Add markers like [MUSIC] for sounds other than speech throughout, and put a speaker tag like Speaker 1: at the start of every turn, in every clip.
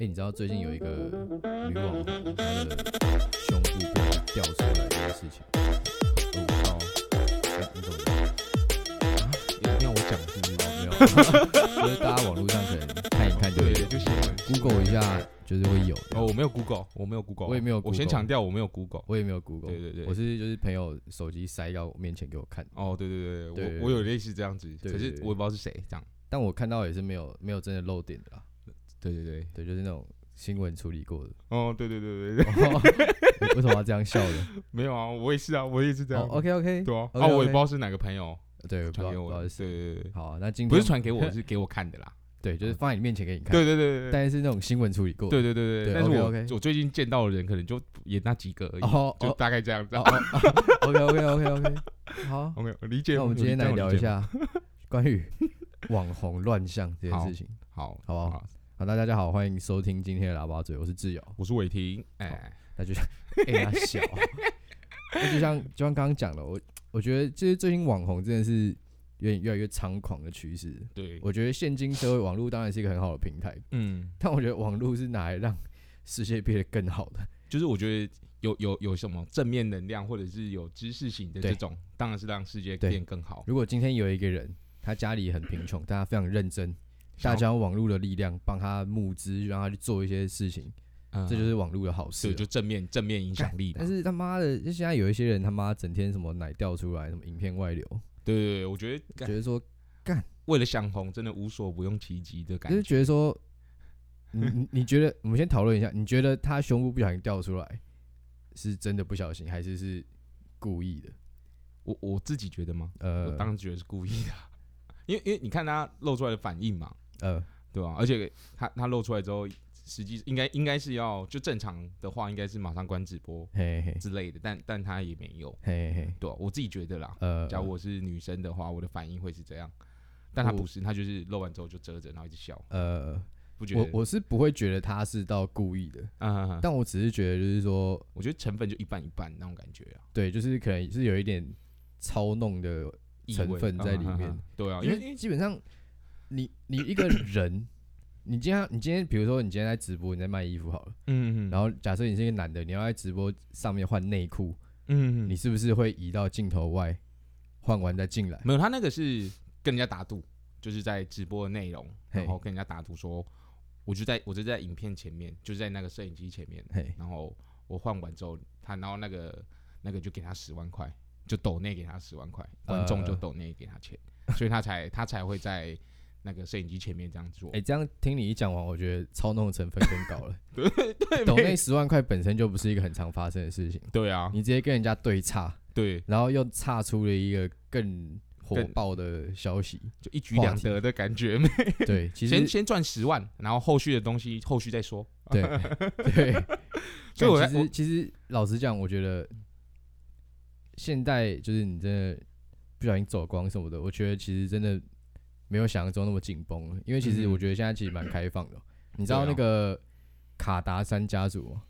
Speaker 1: 哎、你知道最近有一个女网红，她的胸部被调出来这件事情，哦，哦，哎你怎么讲？
Speaker 2: 啊一定要我讲是不是？
Speaker 1: 没有，就是大家网络上可能看一看就有
Speaker 2: 对，就新闻。
Speaker 1: ，Google 一下，就是会有。
Speaker 2: 哦，我没有 Google，我没有 Google，
Speaker 1: 我也没有
Speaker 2: 我先
Speaker 1: Google
Speaker 2: 强调我没有 Google。
Speaker 1: 我也没有 Google，
Speaker 2: 对对对
Speaker 1: 我是就是朋友手机塞到我面前给我看，
Speaker 2: 哦，对对
Speaker 1: 对
Speaker 2: 对，
Speaker 1: 对
Speaker 2: 我我有类似这样子，
Speaker 1: 对
Speaker 2: 可是
Speaker 1: 对对
Speaker 2: 我也不知道是谁这样。
Speaker 1: 但我看到也是没有没有真的漏点的啦，
Speaker 2: 对对对，
Speaker 1: 对，就是那种新闻处理过的。 [LAUGHS]
Speaker 2: 哦，对对对对对，
Speaker 1: 哦为什么要这样笑呢？
Speaker 2: 没有啊，我也是啊，我也是这样
Speaker 1: 哦。，OK OK，
Speaker 2: 对啊，
Speaker 1: OK，
Speaker 2: 啊，我也
Speaker 1: OK
Speaker 2: 不知道是哪个朋友
Speaker 1: 对，不
Speaker 2: 传
Speaker 1: 好
Speaker 2: 给
Speaker 1: 不
Speaker 2: 我
Speaker 1: 好
Speaker 2: 的，
Speaker 1: 意思，
Speaker 2: 对对对对，
Speaker 1: 好，啊那今天
Speaker 2: 不是传
Speaker 1: [LAUGHS]
Speaker 2: 给我，是给我看的啦。
Speaker 1: 对，就是放在你面前给你看，
Speaker 2: 对对对对对
Speaker 1: 但是那种新闻处理过的，
Speaker 2: 对对对对，
Speaker 1: 对
Speaker 2: 但是我
Speaker 1: OK，OK
Speaker 2: 我最近见到的人可能就也那几个而已，
Speaker 1: 哦
Speaker 2: 就
Speaker 1: 哦
Speaker 2: 大概这样子。
Speaker 1: ，OK OK OK OK，好，
Speaker 2: OK，我理解。
Speaker 1: 那我们今天
Speaker 2: 有
Speaker 1: 来
Speaker 2: 理解
Speaker 1: 聊一下 [LAUGHS] 关于网红乱象这件
Speaker 2: 好
Speaker 1: 事情。
Speaker 2: 好，
Speaker 1: 好不好？好，那大家好，欢迎收听今天的喇叭嘴，我是志友。
Speaker 2: 我是伟霆，哎，
Speaker 1: 那就像哎呀小，那就像就像刚刚讲的，我我觉得就是最近网红真的是有点越来越猖狂的趋势。
Speaker 2: 对，
Speaker 1: 我觉得现今社会网络当然是一个很好的平台，
Speaker 2: 嗯，
Speaker 1: 但我觉得网络是拿来让世界变得更好的。
Speaker 2: 就是我觉得有有有什么正面能量，或者是有知识型的
Speaker 1: 对
Speaker 2: 这种，当然是让世界
Speaker 1: 对
Speaker 2: 变更好。
Speaker 1: 如果今天有一个人，他家里很贫穷，但他非常认真，大家用网络的力量帮他募资，让他去做一些事情，
Speaker 2: 嗯，
Speaker 1: 这就是网络的好事
Speaker 2: 对，
Speaker 1: 了。
Speaker 2: 就正面正面影响力嘛。
Speaker 1: 但是他妈的，就现在有一些人他妈整天什么奶掉出来，什么影片外流，
Speaker 2: 对对对，我觉得干
Speaker 1: 觉得说
Speaker 2: 为了想红，真的无所不用其极的感
Speaker 1: 就是
Speaker 2: 觉。
Speaker 1: 觉得说，你你 [LAUGHS] 你觉得，我们先讨论一下，你觉得他胸部不小心掉出来，是真的不小心，还是是故意的？
Speaker 2: 我我自己觉得吗？我当
Speaker 1: 呃
Speaker 2: 然觉得是故意的啊，因为因为你看他露出来的反应嘛，
Speaker 1: 呃，
Speaker 2: 对吧、而且他他露出来之后，实际应该应该是要就正常的话，应该是马上关直播
Speaker 1: 嘿嘿
Speaker 2: 之类的，但但他也没有，
Speaker 1: 嘿嘿，
Speaker 2: 对啊、我自己觉得啦。
Speaker 1: 呃，
Speaker 2: 假如我是女生的话，我的反应会是这样，但她不是，她就是露完之后就遮着，然后一直笑，
Speaker 1: 呃，
Speaker 2: 不觉得？
Speaker 1: 我我是不会觉得他是到故意的，
Speaker 2: 嗯，
Speaker 1: 但我只是觉得就是说，
Speaker 2: 我觉得成分就一半一半那种感觉啊，
Speaker 1: 对，就是可能是有一点操弄的
Speaker 2: 意
Speaker 1: 成
Speaker 2: 味
Speaker 1: 分在里
Speaker 2: 嗯嗯嗯
Speaker 1: 面
Speaker 2: 嗯对啊，因
Speaker 1: 因
Speaker 2: 为因
Speaker 1: 为
Speaker 2: 为
Speaker 1: 基本上你你一个人，你今天你今天比如说你今天在直播，你在卖衣服好了，
Speaker 2: 嗯，
Speaker 1: 然后假设你是一个男的，你要在直播上面换内裤，
Speaker 2: 嗯，
Speaker 1: 你
Speaker 2: 你
Speaker 1: 是不是会移到镜头外，换完再进来？
Speaker 2: 没有他那个是跟人家打赌，就是在直播的内容，
Speaker 1: 嘿
Speaker 2: 然后跟人家打赌说，我就在我就在影片前面，就在那个摄影机前面，
Speaker 1: 嘿，
Speaker 2: 然后我换完之后，他然后那个那个就给他十万块，就抖内给他十万块，观众就
Speaker 1: 呃
Speaker 2: 抖内给他
Speaker 1: [LAUGHS]
Speaker 2: 钱，所以他才他才会在那个摄影机前面这样做
Speaker 1: 哎、。这样听你一讲完，我觉得操弄的成分更高了。
Speaker 2: [LAUGHS] 对
Speaker 1: 抖
Speaker 2: 没
Speaker 1: 那十万块本身就不是一个很常发生的事情，
Speaker 2: 对啊，
Speaker 1: 你直接跟人家对差，
Speaker 2: 对，
Speaker 1: 然后又差出了一个更火
Speaker 2: 更
Speaker 1: 爆的消息，
Speaker 2: 就一举两得的感觉。没
Speaker 1: 对，其实
Speaker 2: 先先赚十万，然后后续的东西后续再说。
Speaker 1: [LAUGHS] 对
Speaker 2: [LAUGHS]
Speaker 1: 对，
Speaker 2: 所以我
Speaker 1: 但
Speaker 2: 在
Speaker 1: 其实其实老实讲，我觉得现在就是你真的不小心走光什么的，我觉得其实真的没有想象中那么紧绷，因为其实
Speaker 2: 嗯
Speaker 1: 我觉得现在其实蛮开
Speaker 2: [LAUGHS]
Speaker 1: 放的哦。你知道
Speaker 2: 对
Speaker 1: 那
Speaker 2: 啊
Speaker 1: 个卡达山家族吗？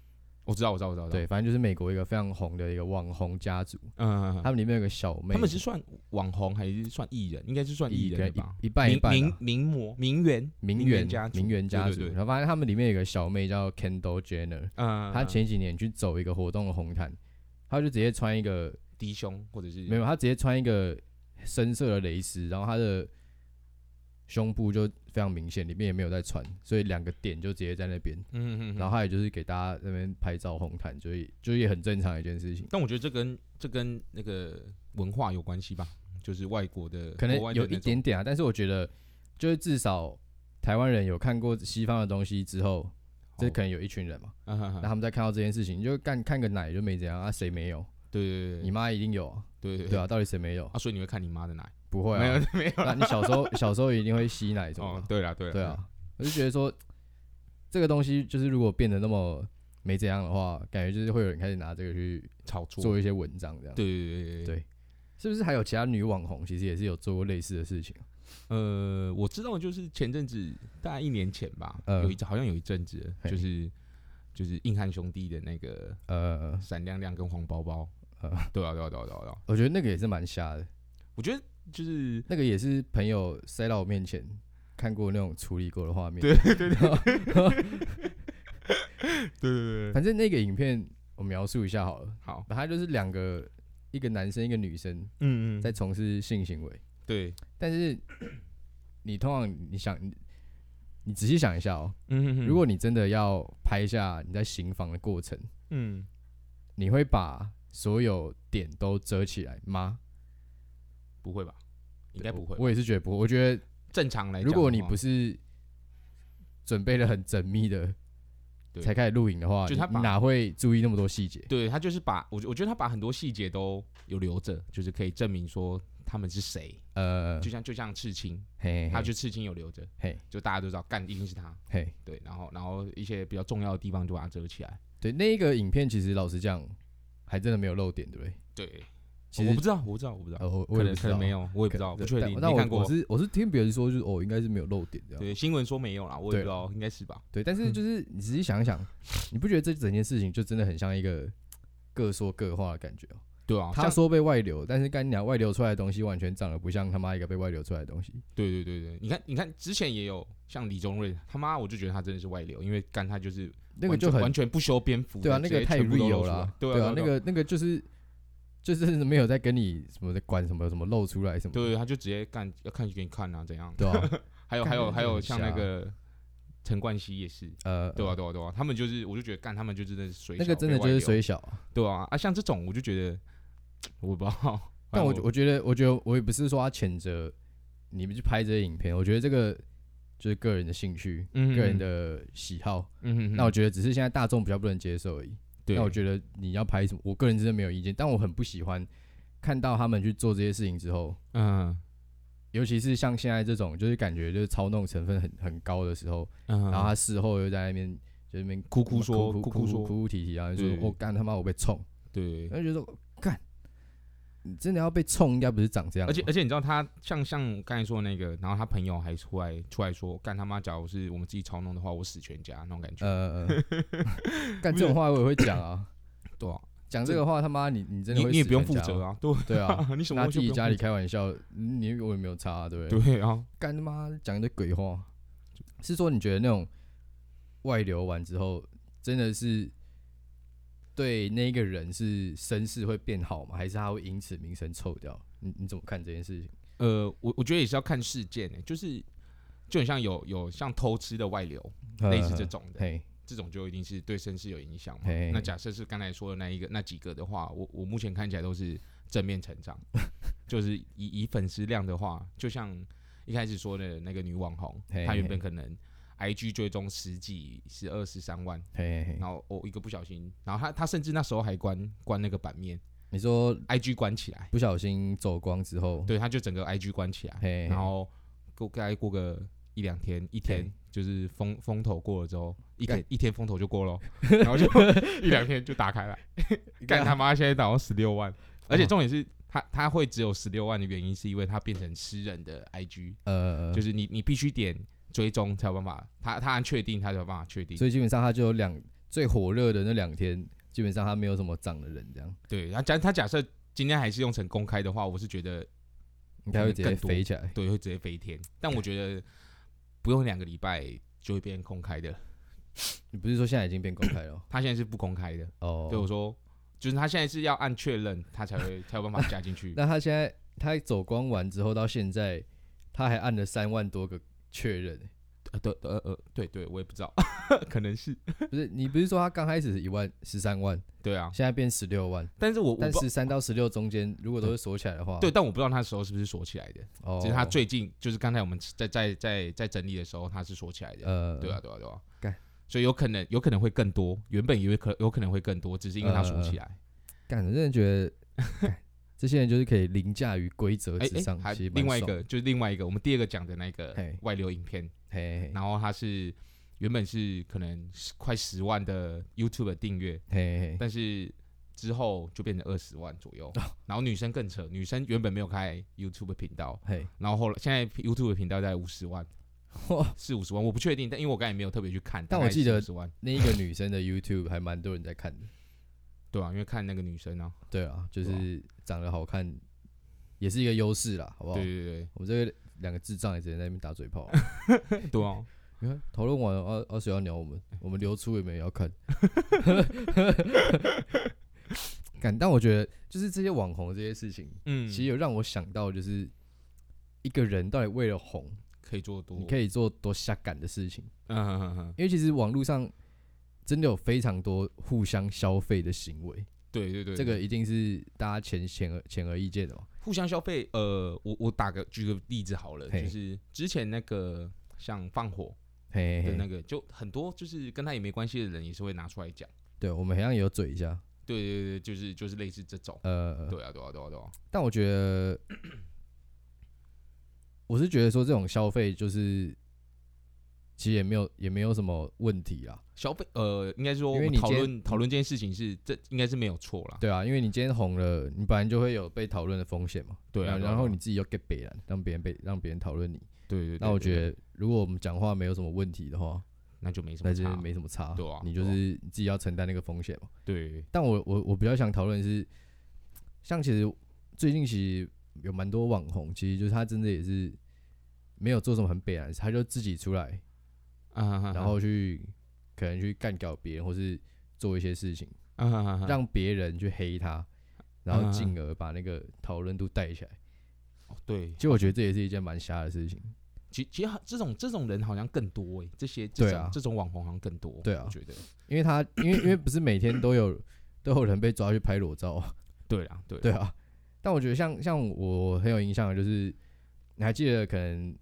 Speaker 2: 我知道，我知道，我知道。我知道，
Speaker 1: 对，反正就是美国一个非常红的一个网红家族，
Speaker 2: 嗯，
Speaker 1: 他们里面有个小妹，
Speaker 2: 他们是算网红还是算艺人？应该是算艺
Speaker 1: 一个
Speaker 2: 人的
Speaker 1: 一
Speaker 2: 吧。
Speaker 1: 一半一半
Speaker 2: 名
Speaker 1: 啊
Speaker 2: 名名模、名媛、
Speaker 1: 名
Speaker 2: 媛
Speaker 1: 媛
Speaker 2: 家族、
Speaker 1: 名媛家
Speaker 2: 对
Speaker 1: 族
Speaker 2: 对，对
Speaker 1: 然后发现他们里面有个小妹叫 Kendall Jenner，
Speaker 2: 嗯，
Speaker 1: 她前几年去走一个活动的红毯，她就直接穿一个
Speaker 2: 低胸或者是
Speaker 1: 没有，他直接穿一个深色的蕾丝，然后他的胸部就非常明显，里面也没有在穿，所以两个点就直接在那边。
Speaker 2: 嗯嗯嗯。
Speaker 1: 然后他也就是给大家那边拍照红毯，所以就也很正常的一件事情。
Speaker 2: 但我觉得这跟这跟那个文化有关系吧，就是外国的，
Speaker 1: 可能
Speaker 2: 呃国外的
Speaker 1: 有
Speaker 2: 那种
Speaker 1: 一点点啊，但是我觉得就是至少台湾人有看过西方的东西之后，这
Speaker 2: 哦
Speaker 1: 可能有一群人嘛，
Speaker 2: 嗯嗯嗯
Speaker 1: 那他们在看到这件事情，就干看个奶就没怎样啊，谁没有？
Speaker 2: 对
Speaker 1: 你
Speaker 2: 对
Speaker 1: 妈一定有啊，
Speaker 2: 对对
Speaker 1: 对啊，到底谁没有？
Speaker 2: 啊，所以你会看你妈的奶？
Speaker 1: 不会
Speaker 2: 没有 [LAUGHS]
Speaker 1: 啊，
Speaker 2: 没有
Speaker 1: 那你小时候小时候一定会吸奶什么的
Speaker 2: 哦，。对啦对啦
Speaker 1: 对，啊，我就觉得说，这个东西就是如果变得那么没怎样的话，感觉就是会有人开始拿这个去
Speaker 2: 炒作，
Speaker 1: 做一些文章这样。，
Speaker 2: 对对对对
Speaker 1: 对是不是还有其他女网红其实也是有做过类似的事情？
Speaker 2: 呃，我知道，就是前阵子大概一年前吧，
Speaker 1: 呃
Speaker 2: 有一好像有一阵子，
Speaker 1: 嘿
Speaker 2: 就是就是硬汉兄弟的那个
Speaker 1: 呃，
Speaker 2: 闪亮亮跟黄包包，
Speaker 1: 呃
Speaker 2: 对啊对啊对啊对啊对啊，
Speaker 1: 我觉得那个也是蛮瞎的，
Speaker 2: 我觉得就是
Speaker 1: 那个也是朋友塞到我面前看过那种处理过的画面。
Speaker 2: 对
Speaker 1: 对对。正那个影片我描述一下好了，
Speaker 2: 好，
Speaker 1: 他就是两个一个男生一个女生
Speaker 2: 嗯
Speaker 1: 在从事性行为，
Speaker 2: 对，
Speaker 1: 但是你通常你想你你仔细想一下哦、
Speaker 2: 嗯
Speaker 1: 如果你真的要拍下你在行房的过程，
Speaker 2: 嗯
Speaker 1: 你会把所有点都遮起来吗？
Speaker 2: 不会吧？应该不会吧。
Speaker 1: 我也是觉得不会。我觉得哎
Speaker 2: 正常来讲
Speaker 1: 如
Speaker 2: 的话，
Speaker 1: 果你不是准备的很缜密的
Speaker 2: 对
Speaker 1: 才开始录影的话，
Speaker 2: 就
Speaker 1: 你
Speaker 2: 他把
Speaker 1: 你哪会注意那么多细节？
Speaker 2: 对他就是把我觉我觉得他把很多细节都有留着，就是可以证明说他们是谁。
Speaker 1: 呃，
Speaker 2: 就像就像刺青，
Speaker 1: 嘿嘿
Speaker 2: 他
Speaker 1: 嘿
Speaker 2: 就刺青有留着，
Speaker 1: 嘿
Speaker 2: 就大家都知道干一定是他。
Speaker 1: 嘿，
Speaker 2: 对，然后然后一些比较重要的地方就把它遮起来。
Speaker 1: 对，那个影片其实老实讲，还真的没有漏点，对不对？
Speaker 2: 对，
Speaker 1: 其
Speaker 2: 我
Speaker 1: 实
Speaker 2: 不知道，我不知道，我不知道，
Speaker 1: 呃，我我
Speaker 2: 可
Speaker 1: 也
Speaker 2: 能
Speaker 1: 不知
Speaker 2: 可
Speaker 1: 道
Speaker 2: 能没，有，我也
Speaker 1: 我
Speaker 2: 不知道，不确定，
Speaker 1: 但
Speaker 2: 没
Speaker 1: 我
Speaker 2: 看过
Speaker 1: 我。是我是听别人说，就是哦，应该是没有漏点这样。
Speaker 2: 对，新闻说没有啦，我也不知道，应该是吧。
Speaker 1: 对，但是就是你仔细想一想，你不觉得这整件事情就真的很像一个各说各话的感觉哦、
Speaker 2: 对啊，
Speaker 1: 他
Speaker 2: 像
Speaker 1: 说被外流，但是干你娘外流出来的东西完全长得不像他妈一个被外流出来的东西。
Speaker 2: 对对对对，你看你看之前也有像李宗瑞，他妈我就觉得他真的是外流，因为干他就是
Speaker 1: 那个
Speaker 2: 完
Speaker 1: 就
Speaker 2: 全完
Speaker 1: 很
Speaker 2: 全不修边幅的，
Speaker 1: 对啊，那
Speaker 2: 直
Speaker 1: 个
Speaker 2: 接
Speaker 1: 太
Speaker 2: 全部都
Speaker 1: real
Speaker 2: 露出来
Speaker 1: 了啊，
Speaker 2: 对
Speaker 1: 啊，那
Speaker 2: 对
Speaker 1: 个那个就是就是没有在跟你什么在管什么什么露出来什么的，
Speaker 2: 对，他就直接干要看就给你看啊，怎样？
Speaker 1: 对啊，
Speaker 2: 还有
Speaker 1: 干真的
Speaker 2: 还有还有
Speaker 1: 很
Speaker 2: 像
Speaker 1: 瞎啊
Speaker 2: 那个陈冠希也是，
Speaker 1: 呃，
Speaker 2: 对啊对啊对啊，他们就是我就觉得干他们就真的是水
Speaker 1: 那个
Speaker 2: 小
Speaker 1: 真
Speaker 2: 被
Speaker 1: 的就
Speaker 2: 外
Speaker 1: 是
Speaker 2: 流
Speaker 1: 水小啊。
Speaker 2: 对啊啊，像这种我就觉得我不知道，
Speaker 1: 但我
Speaker 2: 反正
Speaker 1: 我觉得我觉得我也不是说他谴责你们去拍这些影片，我觉得这个就是个人的兴趣，
Speaker 2: 嗯
Speaker 1: 个人的喜好。
Speaker 2: 嗯哼哼，
Speaker 1: 那我觉得只是现在大众比较不能接受而已。
Speaker 2: 对
Speaker 1: 那我觉得你要拍什么，我个人真的没有意见，但我很不喜欢看到他们去做这些事情之后，
Speaker 2: 嗯
Speaker 1: 尤其是像现在这种，就是感觉就是操弄成分很很高的时候，
Speaker 2: 嗯，
Speaker 1: 然后他事后又在那边就在那边
Speaker 2: 哭哭说
Speaker 1: 哭
Speaker 2: 哭
Speaker 1: 哭
Speaker 2: 说
Speaker 1: 哭哭啼啼，然后就说
Speaker 2: 对
Speaker 1: 我干他妈我被冲，
Speaker 2: 对，
Speaker 1: 然后就觉得干，你真的要被冲，应该不是长这样吧，
Speaker 2: 而且而且你知道他像像我刚才说的那个，然后他朋友还出来出来说，干他妈，假如是我们自己操弄的话，我死全家那种感觉，
Speaker 1: 呃，呃
Speaker 2: [LAUGHS]
Speaker 1: 干这种话我也会讲啊，
Speaker 2: 对啊，
Speaker 1: 讲这个话他妈你你真的
Speaker 2: 你
Speaker 1: 会
Speaker 2: 你也
Speaker 1: 死
Speaker 2: 不用
Speaker 1: 全
Speaker 2: 负
Speaker 1: 家
Speaker 2: 责，啊，对
Speaker 1: 对啊，
Speaker 2: 你什么
Speaker 1: 拿
Speaker 2: 东西
Speaker 1: 自
Speaker 2: 都不
Speaker 1: 己
Speaker 2: 用
Speaker 1: 家
Speaker 2: 负
Speaker 1: 里开玩笑，嗯你我也没有差、啊，对不对？
Speaker 2: 责对啊，
Speaker 1: 干他妈讲的鬼话，是说你觉得那种外流完之后，真的是对那个人是声势会变好吗？还是他会因此名声臭掉？你你怎么看这件事情？
Speaker 2: 呃，我我觉得也是要看事件诶、就是就很像有有像偷吃的外流，
Speaker 1: 嗯
Speaker 2: 类似这，种的，
Speaker 1: 嘿，
Speaker 2: 这种就一定是对身世有影响嘛。
Speaker 1: 嘿
Speaker 2: 那假设是刚才说的那一个那几个的话，我我目前看起来都是正面成长， [LAUGHS] 就是以以粉丝量的话，就像一开始说的那个女网红，
Speaker 1: 嘿
Speaker 2: 她原
Speaker 1: 嘿
Speaker 2: 本可能 IG 追踪十几、十二、十三万，
Speaker 1: 嘿嘿嘿
Speaker 2: 然，后我、哦、一个不小心，然后她她甚至那时候还关关那个版面
Speaker 1: 你说
Speaker 2: ，IG 关起来，
Speaker 1: 不小心走光之后，
Speaker 2: 对，她就整个 IG 关起来，
Speaker 1: 嘿，
Speaker 2: 然后过大概过个一两天，一天
Speaker 1: 嘿
Speaker 2: 就是风风头过了之后，一天
Speaker 1: 干
Speaker 2: 一天风头就过
Speaker 1: [LAUGHS]
Speaker 2: 了，然后就一两天就打开来，干他妈现在打到十六万，
Speaker 1: 哦
Speaker 2: 而且重点是他他会只有十六万的原因是因为他变成私人的 IG，
Speaker 1: 呃，
Speaker 2: 就是你你必须点追踪才有办法，他他按确定他才有办法确定，
Speaker 1: 所以基本上他就有两最火热的那两天，基本上他没有什么涨的人，这样
Speaker 2: 对，然后假他假设今天还是用成公开的话，我是觉得
Speaker 1: 应该会直接
Speaker 2: 更多
Speaker 1: 飞起来。
Speaker 2: 对会直接飞天，但我觉得不用两个礼拜就会变公开的，
Speaker 1: 你不是说现在已经变公开了
Speaker 2: 他现在是不公开的。
Speaker 1: 哦？
Speaker 2: 对我说，就是他现在是要按确认，他才会 [LAUGHS] 才有办法加进去。
Speaker 1: 那他现在他走光完之后到现在，他还按了三万多个确认
Speaker 2: [LAUGHS]
Speaker 1: 欸、
Speaker 2: 呃，对，呃呃，对对，我也不知道， [LAUGHS] 可能是
Speaker 1: 不是你不是说他刚开始是一万十三万，
Speaker 2: 对啊。
Speaker 1: 现在变十六万，
Speaker 2: 但是我我不
Speaker 1: 但
Speaker 2: 知道
Speaker 1: 十三到十六中间如果都是锁起来的话，
Speaker 2: 对，，但我不知道他那时候是不是锁起来的，
Speaker 1: 哦
Speaker 2: 只是他最近就是刚才我们在在在在整理的时候，他是锁起来的。
Speaker 1: 呃
Speaker 2: 对啊，对啊，对啊
Speaker 1: 干。
Speaker 2: 所以有可能有可能会更多，原本以为可有可能会更多，只是因为他锁起来。
Speaker 1: 干，我真的觉得干这些人就是可以凌驾于规则
Speaker 2: 哎
Speaker 1: 之
Speaker 2: 哎，
Speaker 1: 呃上，
Speaker 2: 还
Speaker 1: 其实蛮
Speaker 2: 另外一
Speaker 1: 爽
Speaker 2: 个就是另外一个我们第二个讲的那个
Speaker 1: 嘿
Speaker 2: 外流影片，
Speaker 1: 嘿嘿
Speaker 2: 然后他是原本是可能是快十万的 YouTube 的订阅，
Speaker 1: 嘿嘿
Speaker 2: 但是之后就变成二十万左右。
Speaker 1: 哦
Speaker 2: [LAUGHS] 然后女生更扯，女生原本没有开 YouTube 频道，
Speaker 1: 嘿
Speaker 2: 然后后来现在 YouTube 频道在五十万，
Speaker 1: 嘿，
Speaker 2: 四五十万，我不确定，但因为我刚才没有特别去看，
Speaker 1: 但我记得
Speaker 2: 十万，
Speaker 1: 那一个女生的 YouTube 还蛮多人在看的，
Speaker 2: 对啊，因为看那个女生啊，
Speaker 1: 对啊，就
Speaker 2: 对啊
Speaker 1: 是长得好看也是一个优势啦，好不好
Speaker 2: 对？对 [LAUGHS]
Speaker 1: 我们这个两个智障也只能在那边打嘴炮啊。 [LAUGHS]
Speaker 2: 对，对啊，
Speaker 1: 你看讨论完了二二十要鸟我
Speaker 2: [LAUGHS]
Speaker 1: 们，我们流出也没人要看。 [LAUGHS] 感，但我觉得就是这些网红这些事情，
Speaker 2: 嗯，
Speaker 1: 其实有让我想到，就是一个人到底为了红，
Speaker 2: 可以做多，
Speaker 1: 你可
Speaker 2: 以，
Speaker 1: 以做多下感的事情。
Speaker 2: 嗯哼哼哼，
Speaker 1: 因为其实网络上真的有非常多互相消费的行为，
Speaker 2: 对对对，
Speaker 1: 这个一定是大家浅显而显而易见的嘛。
Speaker 2: 互相消费，呃，我我打个举个例子好了，
Speaker 1: 嘿
Speaker 2: 就是之前那个像放火
Speaker 1: 嘿
Speaker 2: 的
Speaker 1: 嘿
Speaker 2: 那
Speaker 1: 嘿，
Speaker 2: 个，就很多就是跟他也没关系的人也是会拿出来讲，
Speaker 1: 对我们好像也有嘴一下，
Speaker 2: 对对对，就是就是类似这种，
Speaker 1: 呃，
Speaker 2: 对啊对啊对啊对啊，
Speaker 1: 但我觉得，我是觉得说这种消费就是，其实也没有也没有什么问题啦，
Speaker 2: 消费呃，应该说我
Speaker 1: 因为
Speaker 2: 们
Speaker 1: 你
Speaker 2: 讨
Speaker 1: 今天
Speaker 2: 论讨论这件事情是这应该是没有错啦，
Speaker 1: 对啊，因为你今天红了，你本来就会有被讨论的风险嘛，
Speaker 2: 对啊
Speaker 1: 然后
Speaker 2: 对啊
Speaker 1: 然后
Speaker 2: 对啊
Speaker 1: 你自己又 get 北了，让别人被让别人讨论你，
Speaker 2: 对对对
Speaker 1: 那我
Speaker 2: 对对
Speaker 1: 觉得如果我们讲话没有什么问题的话，
Speaker 2: 那就没什
Speaker 1: 那
Speaker 2: 么
Speaker 1: 就
Speaker 2: 差，
Speaker 1: 没什么差，
Speaker 2: 对啊
Speaker 1: 你就
Speaker 2: 对啊
Speaker 1: 是自己要承担那个风险嘛。
Speaker 2: 对，
Speaker 1: 但我我我比较想讨论的是，像其实最近其实有蛮多网红，其实就是他真的也是没有做什么很北然的事，他就自己出来，
Speaker 2: 啊，
Speaker 1: 然后去可能去干掉别人，或是做一些事情，
Speaker 2: 啊哈哈哈啊
Speaker 1: 让别人去黑他，然后进而把那个讨论度带起来。
Speaker 2: 哦对，
Speaker 1: 其实我觉得这也是一件蛮瞎的事情。
Speaker 2: 其其实好这种这种人好像更多哎、这些
Speaker 1: 对
Speaker 2: 这种、
Speaker 1: 啊
Speaker 2: 这种网红好像更多，
Speaker 1: 对啊
Speaker 2: 我觉得
Speaker 1: 因为他，因为因为不是每天都有都有人被抓去拍裸照啊，
Speaker 2: 对啦，对
Speaker 1: 对啊。 [LAUGHS] 但我觉得像像我很有印象的就是，你还记得可能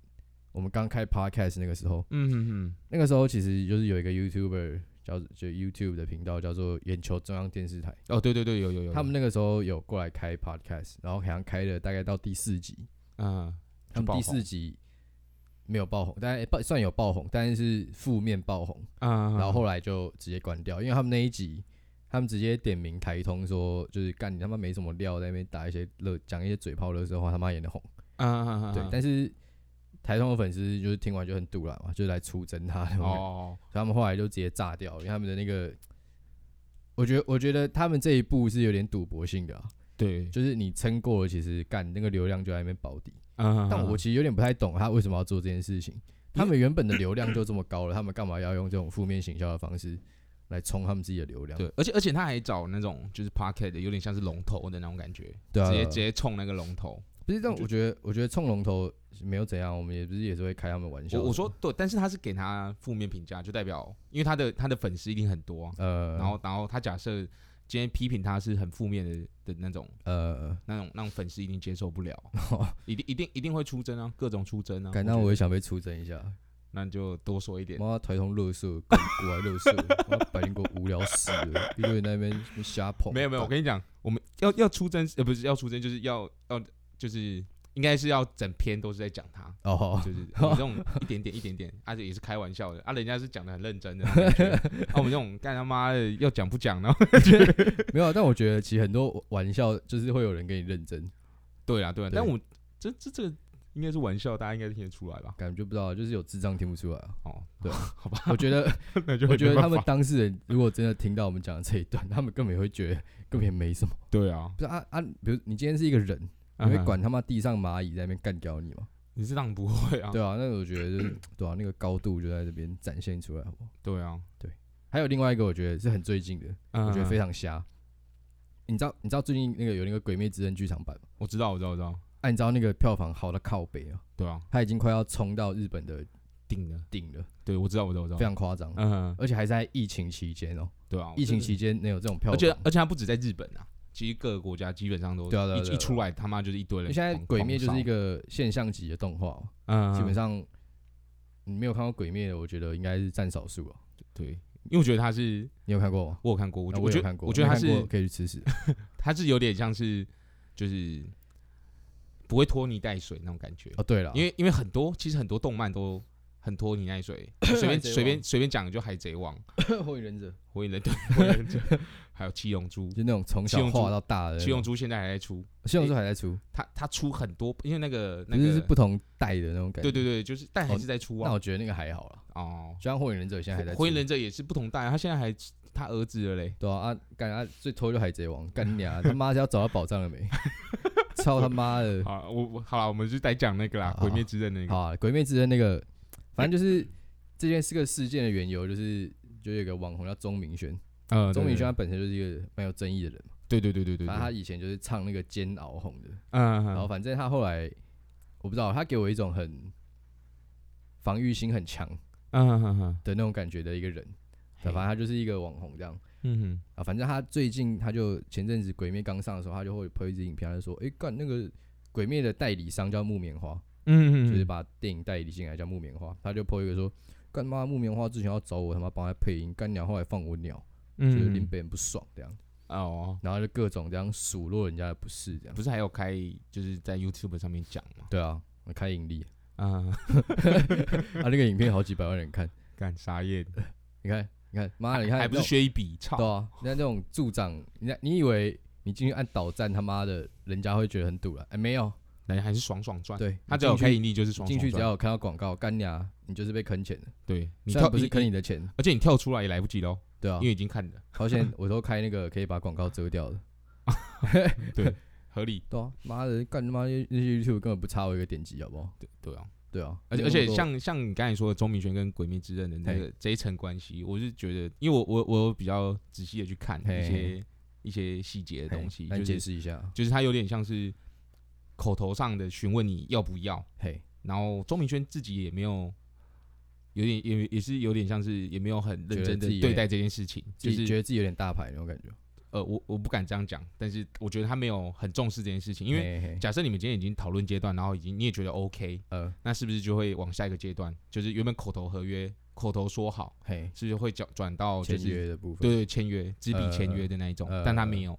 Speaker 1: 我们刚开 podcast 那个时候，
Speaker 2: 嗯哼哼，
Speaker 1: 那个时候其实就是有一个 YouTuber 叫就 YouTube 的频道叫做眼球中央电视台，
Speaker 2: 哦对对对，有有有，
Speaker 1: 他们那个时候有过来开 podcast，然后好像开了大概到第四集，
Speaker 2: 嗯
Speaker 1: 他们
Speaker 2: 爆
Speaker 1: 第
Speaker 2: 红
Speaker 1: 四集没有爆红，但诶爆算有爆红，但是负面爆红，
Speaker 2: 嗯，
Speaker 1: 然后后来就直接关掉，因为他们那一集，他们直接点名台通说，就是干你他妈没什么料，在那边打一些乐讲一些嘴炮的时候，他妈演的红。
Speaker 2: 嗯嗯嗯，
Speaker 1: 对，但是台通的粉丝就是听完就很堵了嘛，就是来出征他的嘛，所
Speaker 2: 哦
Speaker 1: 以他们后来就直接炸掉，因为他们的那个，我觉得我觉得他们这一步是有点赌博性的、啊，
Speaker 2: 对，
Speaker 1: 就是你撑过了，其实干那个流量就在那边保底。
Speaker 2: 嗯，
Speaker 1: 但我其实有点不太懂他为什么要做这件事情。他们原本的流量就这么高了，他们干嘛要用这种负面行销的方式来冲他们自己的流量？
Speaker 2: 对，而且而且他还找那种就是 pocket 的，有点像是龙头的那种感觉，
Speaker 1: 对啊，
Speaker 2: 直接
Speaker 1: 对啊
Speaker 2: 直接冲那个龙头。
Speaker 1: 不是这样。我觉得，我觉得冲龙头没有怎样，我们也不是也是会开他们玩笑
Speaker 2: 我
Speaker 1: 的。
Speaker 2: 我说对，但是他是给他负面评价，就代表因为他的他的粉丝一定很多啊、
Speaker 1: 呃，
Speaker 2: 然后然后他假设今天批评他是很负面的的那种
Speaker 1: 呃，
Speaker 2: 那种那种粉丝一定接受不了，
Speaker 1: [LAUGHS]
Speaker 2: 一定一定一定会出征啊，各种出征啊。
Speaker 1: 感
Speaker 2: 觉
Speaker 1: 到我
Speaker 2: 得
Speaker 1: 也想被出征一下。
Speaker 2: 那你就多说一点。
Speaker 1: 妈，台通乐色，滚过来乐色，妈百灵果无聊死了，一堆人在那边瞎捧。
Speaker 2: 没有没有，我
Speaker 1: 干
Speaker 2: 跟你讲，我们要要出征，呃，不是要出征，就是要要就是应该是要整篇都是在讲他，
Speaker 1: 哦，好 [LAUGHS]
Speaker 2: 就是我们这种一点点一点点，而且也是开玩笑的，啊，人家是讲的很认真的那种感觉，
Speaker 1: [LAUGHS]
Speaker 2: 啊，我们这种干他妈的要讲不讲呢？
Speaker 1: 没有啊，但我觉得其实很多玩笑就是会有人跟你认真，
Speaker 2: 对啊对啊，但
Speaker 1: 对
Speaker 2: 我这这这个应该是玩笑，大家应该听得出来吧？
Speaker 1: 感觉就不知道，就是有智障听不出来
Speaker 2: [LAUGHS]
Speaker 1: 啊。
Speaker 2: 哦，
Speaker 1: 对 [LAUGHS]
Speaker 2: 好吧，
Speaker 1: 我觉得
Speaker 2: 那就
Speaker 1: 我觉得
Speaker 2: 没
Speaker 1: 他们
Speaker 2: 办法
Speaker 1: 当事人如果真的听到我们讲的这一段，他们根本也会觉得根本也没什么。
Speaker 2: 对啊，
Speaker 1: [LAUGHS] 不是啊啊，比如你今天是一个人，你会
Speaker 2: 嗯？
Speaker 1: 管他妈地上蚂蚁在那边干掉你吗？
Speaker 2: 你是当然不会啊，
Speaker 1: 对啊，那我觉得就是 [CLEARS THROAT] 对啊，那个高度就在这边展现出来，好不好？
Speaker 2: 对啊，嗯
Speaker 1: 还有另外一个，我觉得是很最近的，
Speaker 2: 我
Speaker 1: 我觉得非，常瞎。你知道你知道最近那个有那个《鬼灭之刃》剧场版吗？
Speaker 2: 我知道我知道我知道，
Speaker 1: 啊，你知道那个票房好到靠北啊，
Speaker 2: 对啊，
Speaker 1: 它已经快要冲到日本的
Speaker 2: 定的，
Speaker 1: 顶了，
Speaker 2: 对我知道我知道我知道
Speaker 1: 非，常夸张。
Speaker 2: 嗯，
Speaker 1: 而且还是在疫情期间哦，
Speaker 2: 对啊，
Speaker 1: 疫情
Speaker 2: 期。
Speaker 1: 期间能有这种票
Speaker 2: 而
Speaker 1: 房，
Speaker 2: 且而且它不止在日本啊，其实各个国家基本上都
Speaker 1: 对啊对啊
Speaker 2: 一
Speaker 1: 对啊
Speaker 2: 一出来他妈就是一
Speaker 1: 因
Speaker 2: 堆人
Speaker 1: 为
Speaker 2: 狂。
Speaker 1: 现在《鬼灭》就是一
Speaker 2: 个，
Speaker 1: 个现象级的动画嘛，
Speaker 2: 嗯，
Speaker 1: 基本
Speaker 2: 上
Speaker 1: 上你没有看过《鬼灭》的，我觉得应该是占少数了。哦
Speaker 2: 对，因为我觉得它是
Speaker 1: 你有看过吗？
Speaker 2: 我有看过，我
Speaker 1: 啊
Speaker 2: 觉
Speaker 1: 我
Speaker 2: 觉
Speaker 1: 有
Speaker 2: 得
Speaker 1: 看过，
Speaker 2: 我觉得
Speaker 1: 没
Speaker 2: 它
Speaker 1: 看过
Speaker 2: 是
Speaker 1: 可以去吃屎。
Speaker 2: 它是有点像是就是不会拖泥带水那种感觉，
Speaker 1: 哦，对了，
Speaker 2: 因为因为很多其实很多动漫都很拖泥带水，
Speaker 1: [LAUGHS]
Speaker 2: 随
Speaker 1: 海
Speaker 2: 便
Speaker 1: 贼王
Speaker 2: 随便随便讲就海贼王、
Speaker 1: 为火影忍者
Speaker 2: 火影忍者、
Speaker 1: [LAUGHS]
Speaker 2: 火影忍者，还有七龙珠，
Speaker 1: 就那种从
Speaker 2: 七
Speaker 1: 小
Speaker 2: 龙珠
Speaker 1: 画到大的那种，
Speaker 2: 七龙珠现在还在出，
Speaker 1: 七龙珠还在出，
Speaker 2: 它它出很多，因为那个那
Speaker 1: 只是是
Speaker 2: 个
Speaker 1: 不同代的那种感
Speaker 2: 对
Speaker 1: 觉。
Speaker 2: 对对，就是但还
Speaker 1: 哦
Speaker 2: 是在出
Speaker 1: 那
Speaker 2: 啊
Speaker 1: 我觉得那个还好了，
Speaker 2: 哦。
Speaker 1: 就像火影忍者现在还在出。
Speaker 2: 火影忍者也是不同代，他现在还他儿子了嘞。
Speaker 1: 对啊，啊，干啊，最偷就海贼王，干你娘，啊他妈是要找到宝藏了没？ [LAUGHS] 操他妈的！
Speaker 2: 好，我我好了，我们就来讲那个啦，
Speaker 1: 好
Speaker 2: 《鬼灭之刃》那个。
Speaker 1: 好啊，鬼灭之刃那个，反正就是这件是个事件的缘由，就是就有一个网红叫钟明轩，
Speaker 2: 呃，
Speaker 1: 钟明轩
Speaker 2: 对
Speaker 1: 他本身就是一个蛮有争议的人嘛，
Speaker 2: 对对对对对对，
Speaker 1: 反正他以前就是唱那个《煎熬》红的，
Speaker 2: 嗯，
Speaker 1: 然后
Speaker 2: 嗯
Speaker 1: 反正他后来我不知道，他给我一种很防御心很强
Speaker 2: 嗯嗯嗯
Speaker 1: 的那种感觉的一个人，
Speaker 2: 嘿
Speaker 1: 反正他就是一个网红这样。
Speaker 2: 嗯哼，
Speaker 1: 啊，反正他最近他就前阵子《鬼灭》刚上的时候，他就会拍一支影片，他就说：“诶，干那个《鬼灭》的代理商叫木棉花，
Speaker 2: 嗯
Speaker 1: 就
Speaker 2: 嗯
Speaker 1: 是
Speaker 2: 嗯，
Speaker 1: 把电影代理进来叫木棉花。”他就 po 一个说：“干妈木棉花之前要找我他妈帮他配音，干娘后来放我鸟，就
Speaker 2: 嗯
Speaker 1: 是令
Speaker 2: 嗯
Speaker 1: 别人不爽这样。”
Speaker 2: 哦，
Speaker 1: 然后就各种这样数落人家的不是这样
Speaker 2: 不。是还有开就是在 YouTube 上面讲嘛，
Speaker 1: 对啊，开盈利
Speaker 2: 啊， [LAUGHS]
Speaker 1: 啊，那个影片好几百万人看，
Speaker 2: 干傻眼，
Speaker 1: 你看，你看，妈的，你看
Speaker 2: 还不是
Speaker 1: 那种
Speaker 2: 削一笔，操
Speaker 1: 对，啊，那那种助长，你看你以为你进去按导赞，他妈的，人家会觉得很堵了？哎、没有。
Speaker 2: 人家还是爽爽赚，
Speaker 1: 对
Speaker 2: 啊他
Speaker 1: 你
Speaker 2: 只要有
Speaker 1: 进去
Speaker 2: 开盈利就是爽
Speaker 1: 进
Speaker 2: 爽
Speaker 1: 去只
Speaker 2: 赚
Speaker 1: 要，有看到广告，干你啊，你就是被坑钱的。
Speaker 2: 对你
Speaker 1: 虽然
Speaker 2: 跳
Speaker 1: 不是坑
Speaker 2: 以，
Speaker 1: 你的钱，
Speaker 2: 而且你跳出来也来不及喽，
Speaker 1: 对啊
Speaker 2: 因，为已经看了，
Speaker 1: 好险我都开那个可以把广告遮掉的。
Speaker 2: 合理，
Speaker 1: 对啊，妈的，干他妈那些 YouTube 根本不差我一个点击，好不好？
Speaker 2: 对对啊，
Speaker 1: 对啊，
Speaker 2: 而且而且像像你刚才说的钟明轩跟《鬼灭之刃》的那个这一层关系，我是觉得，因为我我我有比较仔细的去看
Speaker 1: 嘿
Speaker 2: 一些一些细节的东西，
Speaker 1: 来
Speaker 2: 就
Speaker 1: 解
Speaker 2: 是
Speaker 1: 释一下，
Speaker 2: 就是他有点像是口头上的询问你要不要，
Speaker 1: 嘿，
Speaker 2: 然后钟明轩自己也没有。有点也也是有点像是也没有很认真
Speaker 1: 觉得自
Speaker 2: 的
Speaker 1: 己有
Speaker 2: 对
Speaker 1: 点
Speaker 2: 待这件事情，
Speaker 1: 自
Speaker 2: 就
Speaker 1: 己
Speaker 2: 是
Speaker 1: 觉得自己有点大牌那种感觉，
Speaker 2: 呃我我不敢这样讲，但是我觉得他没有很重视这件事情，因为
Speaker 1: 为
Speaker 2: 假设你们今天已经讨论阶段，然后已经你也觉得 OK，
Speaker 1: 呃，
Speaker 2: 那是不是就会往下一个阶段？就是原本口头合约、口头说好，
Speaker 1: 嘿，
Speaker 2: 是不是会转转到就
Speaker 1: 签
Speaker 2: 是
Speaker 1: 约的部分，
Speaker 2: 对对签约、纸笔签约的那一种？
Speaker 1: 呃
Speaker 2: 但他没有，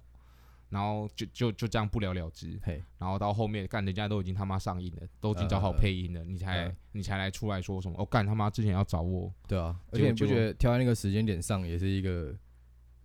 Speaker 2: 然后就就就这样不了了之。
Speaker 1: 嘿，
Speaker 2: 然后到后面干，人家都已经他妈上映了，都已经找好配音了，你才、
Speaker 1: 呃
Speaker 2: 你才来出来说什么？哦，干他妈之前要找我， [LAUGHS]
Speaker 1: 对啊，而
Speaker 2: 结果
Speaker 1: 且你不
Speaker 2: 就
Speaker 1: 觉得挑在那个时间点上也是一个？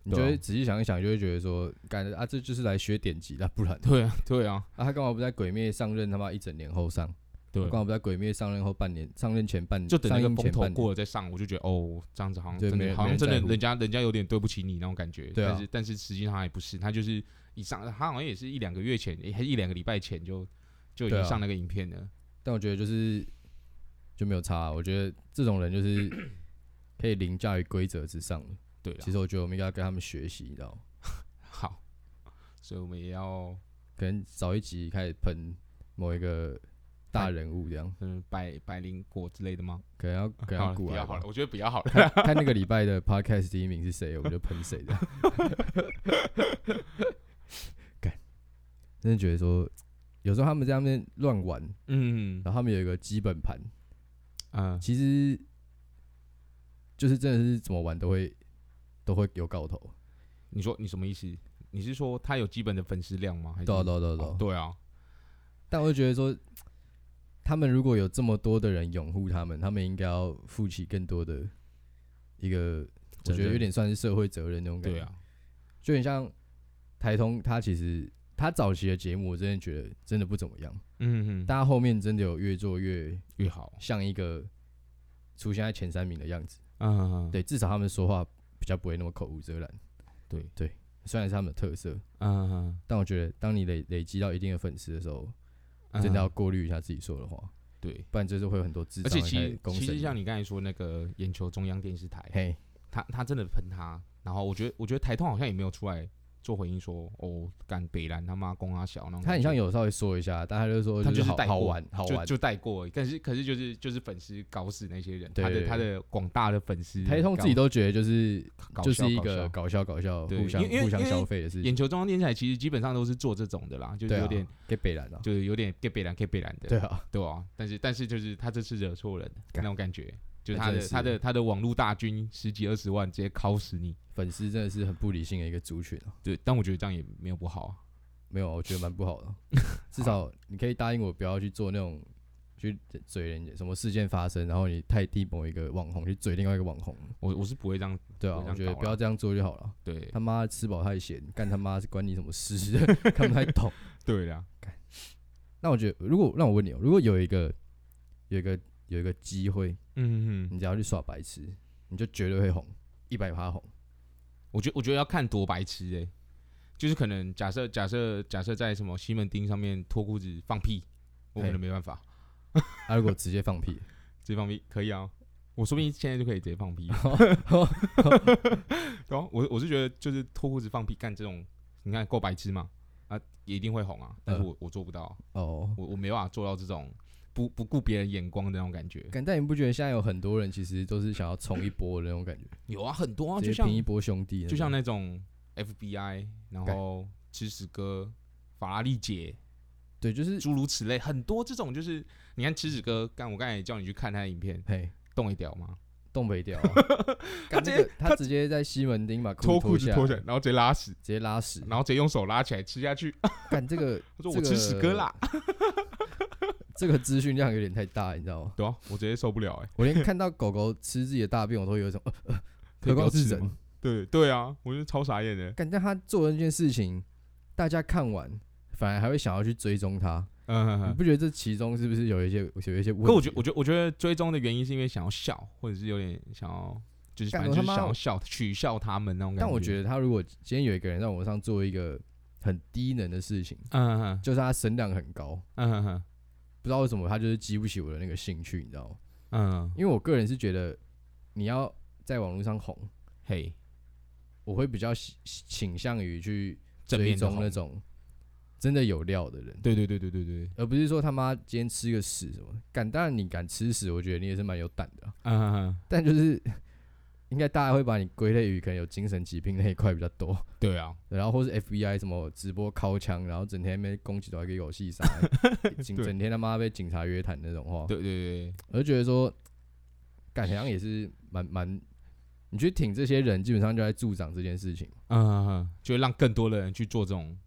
Speaker 1: 你就
Speaker 2: 对啊
Speaker 1: 会仔细想一想，就会觉得说，感觉啊，这就是来学点击的，不然 [LAUGHS]
Speaker 2: 对啊对啊
Speaker 1: 啊，他干嘛不在《鬼灭》上任他妈一整年后上？
Speaker 2: 对啊
Speaker 1: 刚好不在《鬼灭》上任后半年，上任前半年
Speaker 2: 就等那个
Speaker 1: 上映
Speaker 2: 风
Speaker 1: 前
Speaker 2: 头
Speaker 1: 半年
Speaker 2: 过了再上，我就觉得哦，这样子好像
Speaker 1: 对
Speaker 2: 真
Speaker 1: 没
Speaker 2: 的
Speaker 1: 人
Speaker 2: 好像真
Speaker 1: 没
Speaker 2: 的
Speaker 1: 人在乎
Speaker 2: 人家人家有点对不起你那种感觉。
Speaker 1: 对啊
Speaker 2: 但是但是实际上他也不是，他就是一上他好像也是一两个月前，还一两个礼拜前就就已
Speaker 1: 对
Speaker 2: 经
Speaker 1: 啊
Speaker 2: 上那个影片了。
Speaker 1: 但我觉得就是就没有差啊、我觉得这种人就是
Speaker 2: [COUGHS]
Speaker 1: 可以凌驾于规则之上的。
Speaker 2: 对啊了，
Speaker 1: 其实我觉得我们应该跟他们学习，你知道吗？
Speaker 2: 好，所以我们也要
Speaker 1: 可能早一集开始喷某一个大人物这样，
Speaker 2: 嗯百百灵果之类的吗？
Speaker 1: 可能要可能
Speaker 2: 啊好
Speaker 1: 要
Speaker 2: 了，
Speaker 1: 鼓
Speaker 2: 比
Speaker 1: 来
Speaker 2: 较
Speaker 1: 吧
Speaker 2: 好了，我觉得比较好
Speaker 1: [LAUGHS]
Speaker 2: 了。
Speaker 1: 看看那个礼拜的 podcast 第一名是谁，我们就喷谁的。 [LAUGHS] 干，真的觉得说，有时候他们在那边乱玩，
Speaker 2: 嗯
Speaker 1: 然后他们有一个基本盘，
Speaker 2: 嗯，
Speaker 1: 其实就是真的是怎么玩都会都会有搞头，
Speaker 2: 你说你什么意思？你是说他有基本的粉丝量吗？还是
Speaker 1: 对啊对啊对啊对
Speaker 2: 哦
Speaker 1: 啊。
Speaker 2: 对啊，
Speaker 1: 但我就觉得说，他们如果有这么多的人拥护他们，他们应该要负起更多的一个，我
Speaker 2: 责
Speaker 1: 觉得
Speaker 2: 任
Speaker 1: 有点算是社会责任那种感觉。
Speaker 2: 对，啊，
Speaker 1: 就很像台通，他其实他早期的节目，我真的觉得真的不怎么样，
Speaker 2: 嗯嗯，
Speaker 1: 但他后面真的有越做越
Speaker 2: 越好，
Speaker 1: 像一个出现在前三名的样子。
Speaker 2: 嗯
Speaker 1: 对，至少他们说话比较不会那么口无遮拦。
Speaker 2: 对
Speaker 1: 对，虽然是他们的特色，
Speaker 2: 嗯嗯
Speaker 1: 但我觉得当你累累积到一定的粉丝的时候，
Speaker 2: 嗯，
Speaker 1: 真的要过滤一下自己说的话，
Speaker 2: 对。
Speaker 1: 不然就是会有很多智
Speaker 2: 而
Speaker 1: 障
Speaker 2: 且
Speaker 1: 人
Speaker 2: 其
Speaker 1: 开始
Speaker 2: 实
Speaker 1: 攻
Speaker 2: 其
Speaker 1: 审
Speaker 2: 实
Speaker 1: 你。
Speaker 2: 像你刚才说那个眼球中央电视台，
Speaker 1: 嘿，
Speaker 2: 他他真的喷他，然后我觉得我觉得台通好像也没有出来做回应说哦，干北兰他妈公阿小那种感觉，
Speaker 1: 他很像有稍微说一下，但他就说
Speaker 2: 嗯他
Speaker 1: 是
Speaker 2: 就是
Speaker 1: 好
Speaker 2: 带
Speaker 1: 好
Speaker 2: 过
Speaker 1: 玩，好
Speaker 2: 就
Speaker 1: 玩。
Speaker 2: 就带过而已，但是可是就是就是粉丝搞死那些人，
Speaker 1: 对
Speaker 2: 他的
Speaker 1: 对
Speaker 2: 他的广大的粉丝搞，
Speaker 1: 台通自己都觉得就是
Speaker 2: 搞
Speaker 1: 就
Speaker 2: 笑
Speaker 1: 是一
Speaker 2: 搞
Speaker 1: 个
Speaker 2: 笑
Speaker 1: 搞笑搞笑，
Speaker 2: 对
Speaker 1: 互相
Speaker 2: 因为因为
Speaker 1: 互相
Speaker 2: 因为
Speaker 1: 消费的事情
Speaker 2: 眼，球中央电视台其实基本上都是做这种的啦，就是
Speaker 1: 对
Speaker 2: 有
Speaker 1: 啊
Speaker 2: 点、，
Speaker 1: 给北兰啊，
Speaker 2: 就是有点 get 北兰 get 北兰的，
Speaker 1: 对啊，
Speaker 2: 对啊，但是但是就是他这次惹错人那
Speaker 1: 干
Speaker 2: 种感觉，就是
Speaker 1: 那
Speaker 2: 他
Speaker 1: 真
Speaker 2: 的
Speaker 1: 的是
Speaker 2: 他的他的网络大军十几二十万直接敲死你。
Speaker 1: 粉丝真的是很不理性的一个族群啊。
Speaker 2: 对，但我觉得这样也没有不好啊。
Speaker 1: 没有，我觉得蛮不好的。
Speaker 2: [LAUGHS]
Speaker 1: 至少你可以答应我，不要去做那种去嘴人家什么事件发生，然后你太替某一个网红去嘴另外一个网红，
Speaker 2: 我我是不会这样，
Speaker 1: 对啊，
Speaker 2: 不要这
Speaker 1: 我觉得
Speaker 2: 样搞啦
Speaker 1: 不要这样做就好了。
Speaker 2: 对
Speaker 1: 他妈吃饱太闲，干他妈是关你什么事？ [LAUGHS] 看不太懂。
Speaker 2: 对啦，
Speaker 1: 那我觉得，如果让我问你哦，如果有一个有一个有一个机会，
Speaker 2: 嗯嗯，
Speaker 1: 你只要去耍白痴，你就绝对会红，一百趴红。
Speaker 2: 我觉得我觉得要看多白痴哎、就是可能假设假设假设在什么西门町上面脱裤子放屁，我可
Speaker 1: 嘿
Speaker 2: 能没办法， [LAUGHS]
Speaker 1: 啊，如果直接放屁，
Speaker 2: 这方面可以啊，我说不定现在就可以直接放 [LAUGHS] 屁。然后我我是觉得就是脱裤子放屁干这种，你看够白痴吗？啊，也一定会红啊，但是我、我做不到，
Speaker 1: 哦，
Speaker 2: 我我没办法做到这种不不顾别人眼光的那种感觉。
Speaker 1: 感但你不觉得现在有很多人其实都是想要冲一波的那种感觉，
Speaker 2: 有啊，很多啊，就
Speaker 1: 直接
Speaker 2: 像
Speaker 1: 拼一波兄弟种，
Speaker 2: 就像那种 FBI，然后吃屎哥、法拉利姐，
Speaker 1: 对，就是
Speaker 2: 诸如此类，很多这种就是你看吃屎哥，干我刚才也叫你去看他的影片，
Speaker 1: 嘿，
Speaker 2: 动一屌吗？
Speaker 1: 东北
Speaker 2: [LAUGHS]
Speaker 1: 屌啊，他
Speaker 2: 直接
Speaker 1: 他直接在西门町把
Speaker 2: 脱
Speaker 1: 裤
Speaker 2: 裤
Speaker 1: 子
Speaker 2: 子
Speaker 1: 脱
Speaker 2: 脱
Speaker 1: 下
Speaker 2: 下
Speaker 1: 来
Speaker 2: 来，，然后直接拉屎，
Speaker 1: 直接拉屎，
Speaker 2: 然后直接用手拉起来吃下去。
Speaker 1: 干这
Speaker 2: [LAUGHS]
Speaker 1: 个
Speaker 2: 他说
Speaker 1: 这个
Speaker 2: 我吃屎哥啦，
Speaker 1: 这个资讯量有点太大，你知道吗？
Speaker 2: [LAUGHS] 对啊，我直接受不了哎、欸，
Speaker 1: 我连看到狗狗吃自己的大便，我都有一种，呃
Speaker 2: 可以不要
Speaker 1: 何况是
Speaker 2: 吃
Speaker 1: 人
Speaker 2: 吗？对对啊，我就超傻眼的。
Speaker 1: 感但他做的那件事情，大家看完反而还会想要去追踪他，
Speaker 2: 嗯哼
Speaker 1: 你
Speaker 2: 哼，
Speaker 1: 不觉得这其中是不是有一些有一些问题？
Speaker 2: 可我觉得我觉得我觉得追踪的原因是因为想要笑，或者是有点想要。就是
Speaker 1: 干
Speaker 2: 反正就是
Speaker 1: 我他妈
Speaker 2: 想要笑取笑他们那种感
Speaker 1: 但我觉
Speaker 2: 觉得，
Speaker 1: 得他如果今天有一个人在网上做一个很低能的事情，
Speaker 2: 嗯哼哼，
Speaker 1: 就是他声量很高，
Speaker 2: 嗯哼哼，
Speaker 1: 不知道为什么他就是激不起我的那个兴趣，你知道吗？
Speaker 2: 嗯，
Speaker 1: 因为我个人是觉得你要在网络上红，
Speaker 2: 嘿，
Speaker 1: 我会比较喜倾向于去
Speaker 2: 正
Speaker 1: 追
Speaker 2: 面的
Speaker 1: 踪
Speaker 2: 红
Speaker 1: 那种真的有料的人。
Speaker 2: 对对对对对对，
Speaker 1: 而不是说他妈今天吃个屎什么的，敢当然你敢吃屎，我觉得你也是蛮有胆的啊、 [LAUGHS]
Speaker 2: 嗯哼哼，
Speaker 1: 但就是应该大家会把你归类于可能有精神疾病那一块比较多， [LAUGHS]
Speaker 2: 对啊，
Speaker 1: 然后或是 FBI 什么直播敲枪，然后整天被攻击到一个游
Speaker 2: [LAUGHS]
Speaker 1: 戏上，警
Speaker 2: 对
Speaker 1: 整天他妈被警察约谈那种话，
Speaker 2: 对对对，对
Speaker 1: 我就觉得说，感好像也是蛮蛮，你去挺这些人，基本上就在助长这件事情。
Speaker 2: 嗯哼哼，就会让更多的人去做这种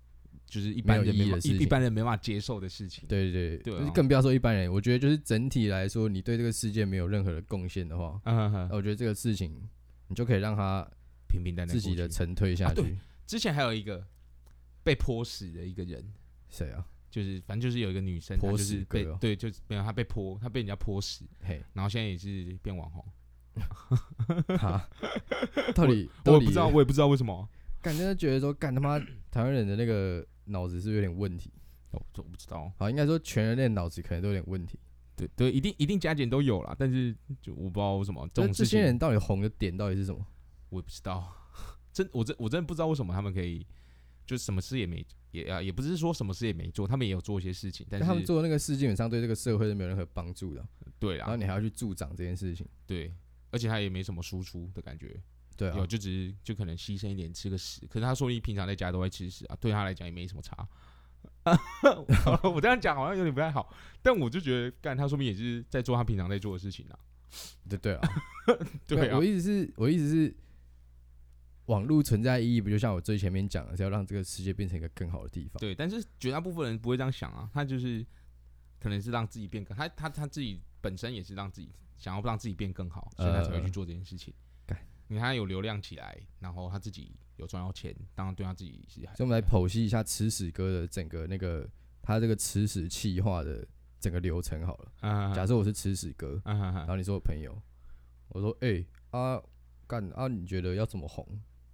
Speaker 2: 就是一般
Speaker 1: 没有
Speaker 2: 人没
Speaker 1: 意义的
Speaker 2: 法
Speaker 1: 事
Speaker 2: 一一
Speaker 1: 情
Speaker 2: 般人没办法接受的事情。
Speaker 1: 对对
Speaker 2: 对啊
Speaker 1: 就是更不要说一般人，我觉得就是整体来说，你对这个世界没有任何的贡献的话，
Speaker 2: 嗯哼
Speaker 1: 那
Speaker 2: 哼，
Speaker 1: 我觉得这个事情，你就可以让他
Speaker 2: 平平淡淡
Speaker 1: 自己
Speaker 2: 过
Speaker 1: 的
Speaker 2: 去
Speaker 1: 沉退下
Speaker 2: 啊
Speaker 1: 去
Speaker 2: 对。之前还有一个被泼屎的一个人，
Speaker 1: 谁啊？
Speaker 2: 就是反正就是有一个女生，她
Speaker 1: 泼
Speaker 2: 就是
Speaker 1: 屎
Speaker 2: 被
Speaker 1: 哥哦
Speaker 2: 对，就是没有她被泼，她被人家泼屎，
Speaker 1: [LAUGHS] 嘿，
Speaker 2: 然后现在也是变网红。
Speaker 1: 哈，到底
Speaker 2: 我
Speaker 1: 到
Speaker 2: 也
Speaker 1: 底
Speaker 2: 不知道，我也不知道为什么，啊
Speaker 1: 感觉觉得说，干他妈台湾人的那个脑子是不是有点问题。
Speaker 2: 我哦我不知道。
Speaker 1: 好，应该说全人类脑子可能都有点问题。
Speaker 2: 对对，一定一定加减都有啦，但是就我不知道为什么这
Speaker 1: 这
Speaker 2: 种
Speaker 1: 这
Speaker 2: 事
Speaker 1: 些人
Speaker 2: 情，
Speaker 1: 到底红的点到底是什么？
Speaker 2: 我也不知道。真我真我真的不知道为什么他们可以，就什么事也没也啊，也不是说什么事也没做，他们也有做一些事情，但
Speaker 1: 但
Speaker 2: 是
Speaker 1: 他们做的那个事基本上对这个社会是没有任何帮助的。
Speaker 2: 对啊
Speaker 1: 然后
Speaker 2: 啦，
Speaker 1: 你还要去助长这件事情，
Speaker 2: 对，而且他也没什么输出的感觉，
Speaker 1: 对啊
Speaker 2: 有，就只是就可能牺牲一点吃个屎，可是他说不定平常在家都会吃屎啊，对他来讲也没什么差。 [LAUGHS] 好了我这样讲好像有点不太好，但我就觉得干他说明也是在做他平常在做的事情啊。
Speaker 1: 对对啊。
Speaker 2: [LAUGHS] 对啊
Speaker 1: 我，意思是，我意思是，网络存在意义不就像我最前面讲的，是要让这个世界变成一个更好的地方。
Speaker 2: 对，但是绝大部分人不会这样想啊，他就是可能是让自己变更，他他他自己本身也是让自己想要让自己变更好，所以他才会去
Speaker 1: 呃
Speaker 2: 做这件事情。
Speaker 1: 干
Speaker 2: 你看他有流量起来，然后他自己有赚到钱，当然对他自己是还
Speaker 1: 所以我们来剖析一下吃屎哥的整个那个他这个吃屎气化的整个流程好了。
Speaker 2: 嗯
Speaker 1: 假设我是吃屎哥，
Speaker 2: 嗯嗯
Speaker 1: 然
Speaker 2: 嗯，
Speaker 1: 后你是我朋友，我说哎、啊干啊，你觉得要怎么红？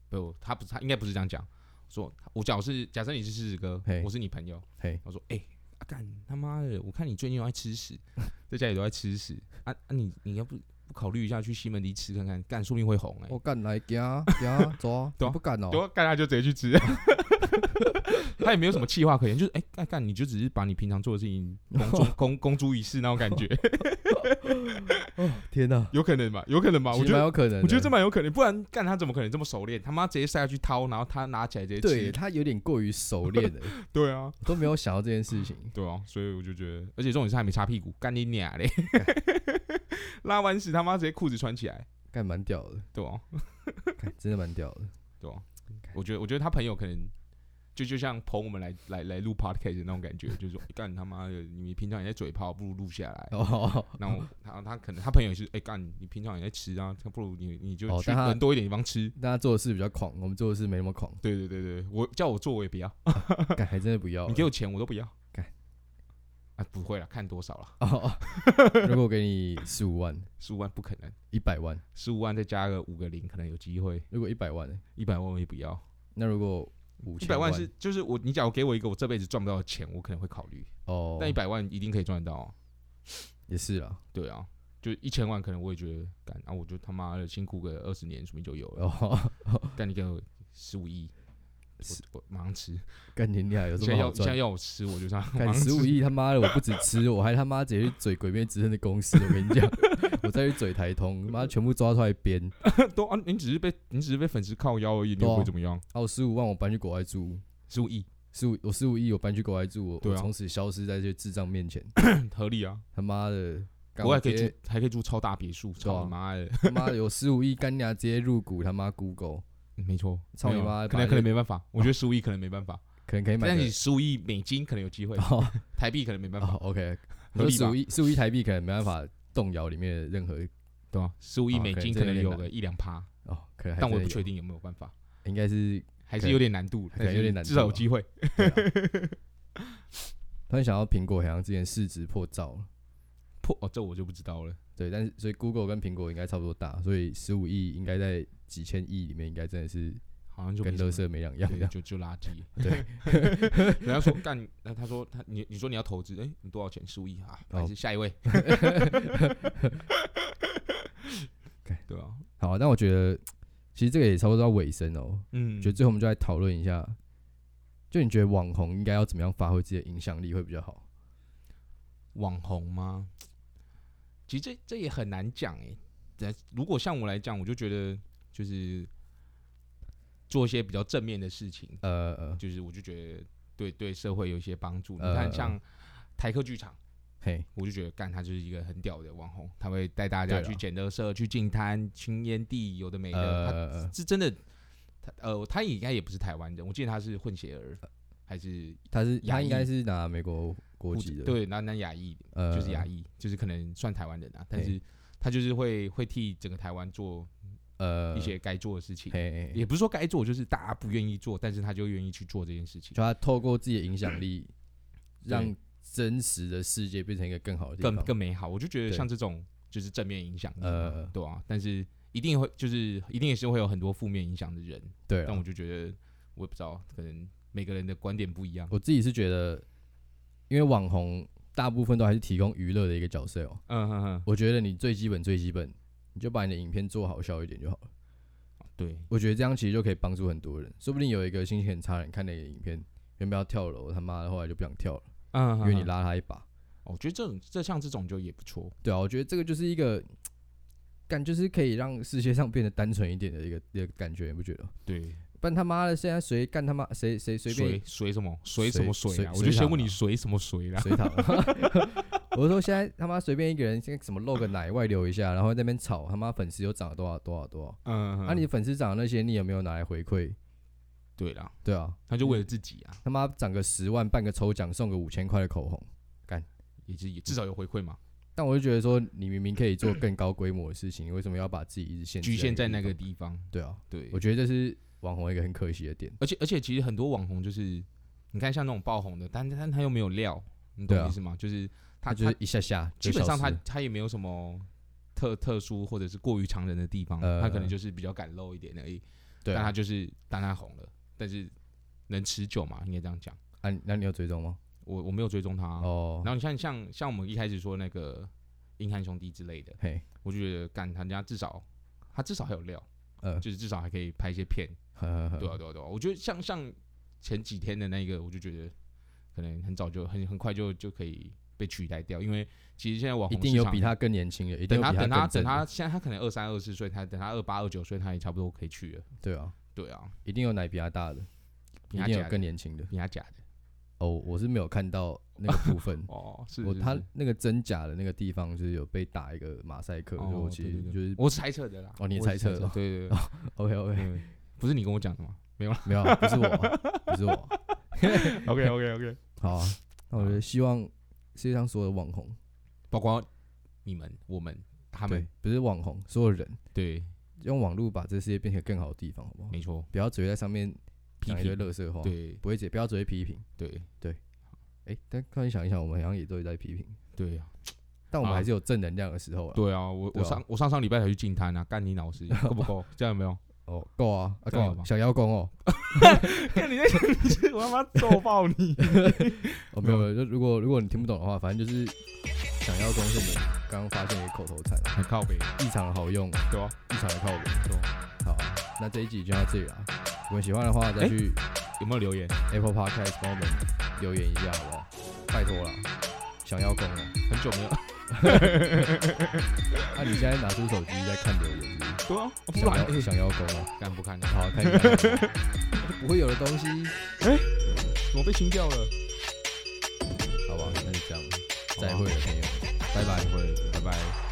Speaker 2: 不，他不是他应该不是这样讲。说，我假如是假设你是狮子哥
Speaker 1: 嘿，
Speaker 2: 我是你朋友，
Speaker 1: 嘿，
Speaker 2: 我说，哎、啊干他妈的，我看你最近又爱吃屎， [LAUGHS] 在家里都爱吃屎，啊啊你你要不不考虑一下去西门町吃看看，干说不定会红哎、
Speaker 1: 我干来加加走啊，
Speaker 2: [LAUGHS] 对啊
Speaker 1: 你不敢哦、
Speaker 2: 对啊，干他就直接去吃， [LAUGHS] 他也没有什么气话可言，就是哎，干、干你就只是把你平常做的事情
Speaker 1: [LAUGHS]
Speaker 2: 公诸公公诸于世那种感觉，
Speaker 1: 哦天哪、
Speaker 2: 有可能吧？有可能吧？
Speaker 1: 其
Speaker 2: 我
Speaker 1: 实
Speaker 2: 觉
Speaker 1: 蛮
Speaker 2: 得
Speaker 1: 有可能的，
Speaker 2: 我觉得这蛮有可能，不然干他怎么可能这么熟练？他妈直接塞下去掏，然后他拿起来直接
Speaker 1: 对
Speaker 2: 吃，
Speaker 1: 他有点过于熟练了， [LAUGHS]
Speaker 2: 对啊，
Speaker 1: 都没有想到这件事情。
Speaker 2: 对啊，所以我就觉得，而且重点是还没擦屁股，干你娘嘞！ [LAUGHS] 拉完屎他妈直接裤子穿起来，
Speaker 1: 干蛮屌的，
Speaker 2: 对啊，
Speaker 1: 干真的蛮屌
Speaker 2: [LAUGHS]
Speaker 1: 的。
Speaker 2: 对啊，我觉得我觉得他朋友可能就就像捧我们来来来录 podcast 的那种感觉，就是说 [LAUGHS] 干他妈的，你平常也在嘴炮，不如录下
Speaker 1: [LAUGHS]
Speaker 2: 来。
Speaker 1: 哦，
Speaker 2: 然后他他可能他朋友也是，哎、干，你平常也在吃啊，他不如你你就
Speaker 1: 哦
Speaker 2: 去
Speaker 1: 但他
Speaker 2: 人多一点地方吃。
Speaker 1: 大家做的事比较狂，我们做的事没那么
Speaker 2: [LAUGHS]
Speaker 1: 狂。
Speaker 2: 对对对对，我叫我做我也不要，
Speaker 1: 哦干还真的不要了。
Speaker 2: 你给我钱我都不要。
Speaker 1: 干
Speaker 2: 啊，不会了，看多少了，
Speaker 1: 哦， [LAUGHS] 如果我给你十五万、
Speaker 2: 十五万不可能，
Speaker 1: 一百万，
Speaker 2: 十五万再加个五个零，可能有机会。
Speaker 1: 如果一百万呢，
Speaker 2: 一百万我也不要，
Speaker 1: 那如果五
Speaker 2: 一
Speaker 1: 千
Speaker 2: 百万是就是我你假如给我一个我这辈子赚不到的钱，我可能会考虑，
Speaker 1: 哦，
Speaker 2: 但一百万一定可以赚得到啊、
Speaker 1: 也是啦。
Speaker 2: 对啊，就一千万，可能我也觉得干啊，我就他妈的辛苦个二十年，说明就有了。
Speaker 1: 哦， [LAUGHS]
Speaker 2: 但你给我十五亿，我我马上吃。
Speaker 1: 干你俩有
Speaker 2: 现
Speaker 1: 这
Speaker 2: 在
Speaker 1: 么好
Speaker 2: 要现在
Speaker 1: 赚？
Speaker 2: 要我吃，我就上 [LAUGHS]
Speaker 1: 干十五亿他妈的，我不止吃，我还他妈直接去嘴鬼灭之刃的公司，我跟你讲，我再去嘴台通，他妈全部抓出来编。
Speaker 2: 都啊，你只是被你只是被粉丝靠腰而已，你
Speaker 1: 对啊
Speaker 2: 又不会怎么样？
Speaker 1: 哦，十五万我搬去国外住，
Speaker 2: 十五亿
Speaker 1: 十五我十五亿我搬去国外住，我
Speaker 2: 对啊
Speaker 1: 我从此消失在这些智障面前。
Speaker 2: 很合理啊，
Speaker 1: 他妈的，干
Speaker 2: 我还可
Speaker 1: 直
Speaker 2: 以
Speaker 1: 接
Speaker 2: 住，还可以住超大别墅，
Speaker 1: 对啊
Speaker 2: 操你妈的！
Speaker 1: 他妈的有十五亿干娘直接入股他妈 Google，
Speaker 2: 嗯没错，
Speaker 1: 操你
Speaker 2: 没有
Speaker 1: 妈的
Speaker 2: 可
Speaker 1: 把
Speaker 2: 能
Speaker 1: 这
Speaker 2: 可能没办法，我觉得十五亿可能没办法，
Speaker 1: 可能可以买
Speaker 2: 但
Speaker 1: 个 [LAUGHS]
Speaker 2: 你。十五亿美金可能有机会，
Speaker 1: 哦
Speaker 2: 台币可能没办
Speaker 1: 哦
Speaker 2: 法，
Speaker 1: ，OK，
Speaker 2: [LAUGHS]
Speaker 1: 你
Speaker 2: 合理
Speaker 1: 十
Speaker 2: 吧
Speaker 1: 五？亿十五亿台币可能没办法动摇里面的任何
Speaker 2: 对吧？十五亿
Speaker 1: 哦
Speaker 2: 美
Speaker 1: 可能
Speaker 2: 金
Speaker 1: 真
Speaker 2: 可
Speaker 1: 的
Speaker 2: 能
Speaker 1: 有
Speaker 2: 有
Speaker 1: 点
Speaker 2: 个一两趴，
Speaker 1: 哦，可能还
Speaker 2: 但我
Speaker 1: 真
Speaker 2: 也
Speaker 1: 的
Speaker 2: 不确
Speaker 1: 有，
Speaker 2: 定有没有办法，
Speaker 1: 应该
Speaker 2: [LAUGHS]
Speaker 1: 是
Speaker 2: 还
Speaker 1: 可
Speaker 2: 是
Speaker 1: 能
Speaker 2: 有点难度，
Speaker 1: 可能
Speaker 2: 但
Speaker 1: 有
Speaker 2: 是
Speaker 1: 点难
Speaker 2: 至
Speaker 1: 度
Speaker 2: 少有
Speaker 1: 吧
Speaker 2: 机会。
Speaker 1: 对啊突然想到苹果好像之前市值破兆了，
Speaker 2: 破哦，这我就不知道了。
Speaker 1: 对，但是所以 Google 跟苹果应该差不多大，所以十五亿应该在几千亿里面应该真的是
Speaker 2: 好像就
Speaker 1: 跟
Speaker 2: 没什
Speaker 1: 乐
Speaker 2: 么
Speaker 1: 色没两样
Speaker 2: 对
Speaker 1: 这样。
Speaker 2: 就就垃圾。
Speaker 1: 对，
Speaker 2: [LAUGHS] 人家说干，那他说他你你说你要投资，哎、你多少钱？十五亿啊，
Speaker 1: 哦
Speaker 2: 还是下
Speaker 1: [LAUGHS]
Speaker 2: 一位？ [LAUGHS] 对啊，
Speaker 1: 好，那我觉得其实这个也差不多到尾声哦，
Speaker 2: 嗯，
Speaker 1: 觉得最后我们就来讨论一下，就你觉得网红应该要怎么样发挥自己的影响力会比较好？
Speaker 2: 网红吗？其实这这也很难讲哎、但如果像我来讲，我就觉得就是做一些比较正面的事情，
Speaker 1: 呃，呃
Speaker 2: 就是我就觉得对对社会有一些帮助。
Speaker 1: 呃
Speaker 2: 你看，像台客剧场。
Speaker 1: 嘿，
Speaker 2: 我就觉得干他就是一个很屌的网红，他会带大家
Speaker 1: 对啊啦
Speaker 2: 去捡垃圾、去进滩、清烟地，有的没的。
Speaker 1: 呃
Speaker 2: 他是真的，他呃，他应该也不是台湾人，我记得他是混血儿，还是
Speaker 1: 他是
Speaker 2: 亚
Speaker 1: 他应该
Speaker 2: 裔
Speaker 1: 是拿美国国籍的，，
Speaker 2: 对，南南亚裔，
Speaker 1: 呃，
Speaker 2: 就是亚裔，就是可能算台湾人啊，但
Speaker 1: 嘿
Speaker 2: 是他就是会会替整个台湾做
Speaker 1: 呃
Speaker 2: 一些该做的事情，
Speaker 1: 嘿嘿，嘿
Speaker 2: 也不是说该做，就是大家不愿意做，但是他就愿意去做这件事情，
Speaker 1: 就他透过自己的影响力，
Speaker 2: 对
Speaker 1: 让真实的世界变成一个更好的地
Speaker 2: 更
Speaker 1: 方，
Speaker 2: 更美好。我就觉得
Speaker 1: 对
Speaker 2: 像这种就是正面影响力嘛，
Speaker 1: 呃
Speaker 2: 对啊，但是一定会就是一定也是会有很多负面影响的人，
Speaker 1: 对
Speaker 2: 但
Speaker 1: 啊
Speaker 2: 我。就觉得我也不知道，可能每个人的观点不一样。
Speaker 1: 我自己是觉得，因为网红大部分都还是提供娱乐的一个角色哦、
Speaker 2: 嗯哼哼，
Speaker 1: 我觉得你最基本最基本，你就把你的影片做好笑一点就好了。
Speaker 2: 对，
Speaker 1: 我觉得这样其实就可以帮助很多人，说不定有一个心情很差的人看那个影片，原本要跳楼，他妈的后来就不想跳了，因
Speaker 2: 嗯哼哼，
Speaker 1: 为你拉他一把。
Speaker 2: 哦，我觉得这种这像这种就也不错，
Speaker 1: 对啊，我觉得这个就是一个，感就是可以让世界上变得单纯一点的一个一个感觉，你不觉得？
Speaker 2: 对，
Speaker 1: 不然他妈的，现在谁干他妈谁谁随便
Speaker 2: 水水什么水什么水
Speaker 1: 水
Speaker 2: 啊？
Speaker 1: 水
Speaker 2: 我就先
Speaker 1: 塘
Speaker 2: 问
Speaker 1: 啊
Speaker 2: 你水什么水啦？
Speaker 1: 水塘， [LAUGHS] 我是说现在他妈随便一个人，现在什么露个奶外流一下，然后在那边吵他妈粉丝又涨了多少多少多少，
Speaker 2: 嗯，
Speaker 1: 那、啊、
Speaker 2: 哼
Speaker 1: 你粉丝涨的那些你有没有拿来回馈？
Speaker 2: 对啦，
Speaker 1: 对啊，
Speaker 2: 他就为了自己啊，
Speaker 1: 他妈涨个十万办个抽奖送个五千块的口红，嗯
Speaker 2: 也是也至少有回馈嘛，
Speaker 1: 但我就觉得说你明明可以做更高规模的事情，你为什么要把自己一直限制
Speaker 2: 局限在
Speaker 1: 在
Speaker 2: 那个
Speaker 1: 地
Speaker 2: 地方。
Speaker 1: 方？对啊，
Speaker 2: 对
Speaker 1: 我，觉得这是网红一个很可惜的点。
Speaker 2: 而且而且其实很多网红就是，你看像那种爆红的，但但他又没有料，你懂
Speaker 1: 对
Speaker 2: 我
Speaker 1: 啊
Speaker 2: 意思吗？就是
Speaker 1: 他
Speaker 2: 他
Speaker 1: 就是一下下
Speaker 2: 基
Speaker 1: 就消
Speaker 2: 本
Speaker 1: 失了，
Speaker 2: 上他他也没有什么特特殊或者是过于常人的地方，
Speaker 1: 呃
Speaker 2: 他可能就是比较敢露一点而已。
Speaker 1: 对
Speaker 2: 但
Speaker 1: 啊
Speaker 2: 他就是当他红了，但是能持久嘛？应该这样讲。
Speaker 1: 啊，那你有追踪吗？
Speaker 2: 我我没有追踪他啊、
Speaker 1: 哦，
Speaker 2: 然后你看像像我们一开始说那个硬汉兄弟之类的，
Speaker 1: 嘿，
Speaker 2: 我就觉得干他人家至少他至少还有料，
Speaker 1: 呃，
Speaker 2: 就是至少还可以拍一些片。
Speaker 1: 呵呵呵
Speaker 2: 对啊对啊对啊，我觉得像像前几天的那个，我就觉得可能很早就很很快就就可以被取代掉，因为其实现在网
Speaker 1: 一
Speaker 2: 红
Speaker 1: 定
Speaker 2: 市
Speaker 1: 有
Speaker 2: 场
Speaker 1: 比他更年轻的，一定
Speaker 2: 等
Speaker 1: 有
Speaker 2: 他
Speaker 1: 比
Speaker 2: 等
Speaker 1: 他
Speaker 2: 他
Speaker 1: 更正
Speaker 2: 等他
Speaker 1: 的，
Speaker 2: 现在他可能二三二四岁，他等他二八二九岁，他也差不多可以去了。
Speaker 1: 对啊，
Speaker 2: 对啊，
Speaker 1: 一定有奶比他大的，
Speaker 2: 比
Speaker 1: 一
Speaker 2: 他
Speaker 1: 定
Speaker 2: 假
Speaker 1: 有更
Speaker 2: 的，
Speaker 1: 年轻的。
Speaker 2: 比他假的。，
Speaker 1: 哦，我是没有看到那个部分
Speaker 2: 哦，是
Speaker 1: 我
Speaker 2: 是
Speaker 1: 他
Speaker 2: 是
Speaker 1: 那个真假的那个地方就是有被打一个马赛克，所以
Speaker 2: 哦
Speaker 1: 我其
Speaker 2: 对
Speaker 1: 实
Speaker 2: 对对
Speaker 1: 就是
Speaker 2: 我是猜测的啦。
Speaker 1: 哦你也
Speaker 2: 我是
Speaker 1: 猜测的哦
Speaker 2: 对对对
Speaker 1: OK OK， [LAUGHS]
Speaker 2: 对，不是你跟我讲的吗？没有啦。
Speaker 1: 没有啊，不是我啊，不是我啊。
Speaker 2: OK OK OK，
Speaker 1: 好啊，那我觉得希望世界上所有的网红，
Speaker 2: 包括你们、我们、他
Speaker 1: 对
Speaker 2: 们，，
Speaker 1: 不是网红，所有人
Speaker 2: 对，
Speaker 1: 用网络把这世界变成更好的地方，好不好？
Speaker 2: 没错，
Speaker 1: 不要只会在上面
Speaker 2: 批
Speaker 1: 讲一堆
Speaker 2: 评，
Speaker 1: 乐色话，
Speaker 2: 对
Speaker 1: 不会解，不要只会批评。
Speaker 2: 对
Speaker 1: 哎、但突然想一想，我们好像也都在批评，
Speaker 2: 对啊，
Speaker 1: 但我们
Speaker 2: 啊
Speaker 1: 还是有正能量的时候啊。
Speaker 2: 对啊，我
Speaker 1: 对
Speaker 2: 我
Speaker 1: 啊
Speaker 2: 上我上上礼拜才去进摊啊，干你 [LAUGHS] 老师够不够？这样有没有？
Speaker 1: 哦，够啊，啊
Speaker 2: 这
Speaker 1: 够、
Speaker 2: 样有
Speaker 1: 啊
Speaker 2: 吗，
Speaker 1: 小妖公哦，
Speaker 2: 看你在想，我他妈揍爆你！
Speaker 1: 哦没有，没有就如果如果你听不懂的话，反正就是想要攻是我们刚刚发现一个口头禅，啊
Speaker 2: [LAUGHS] 很靠北，
Speaker 1: 异常好用，异
Speaker 2: 对吧、啊
Speaker 1: 常的靠谱。
Speaker 2: 对吧、
Speaker 1: 好，啊那这一集就到这里了。如果喜欢的话，再
Speaker 2: 哎
Speaker 1: 去
Speaker 2: 有没有留言？
Speaker 1: Apple Podcast 帮我们留言一下，好不好？拜托了，想要攻了。
Speaker 2: 很久没有，
Speaker 1: 那、啊你现在拿出手机在看留言是不是，
Speaker 2: 对啊，我不
Speaker 1: 想
Speaker 2: 然
Speaker 1: 要想要攻了。
Speaker 2: 敢不看？ [LAUGHS]
Speaker 1: 好，看一下，不会有的东西，
Speaker 2: 我被清掉了，
Speaker 1: 好吧？那就这样，再会了，朋友，拜拜。
Speaker 2: 啊会，拜拜。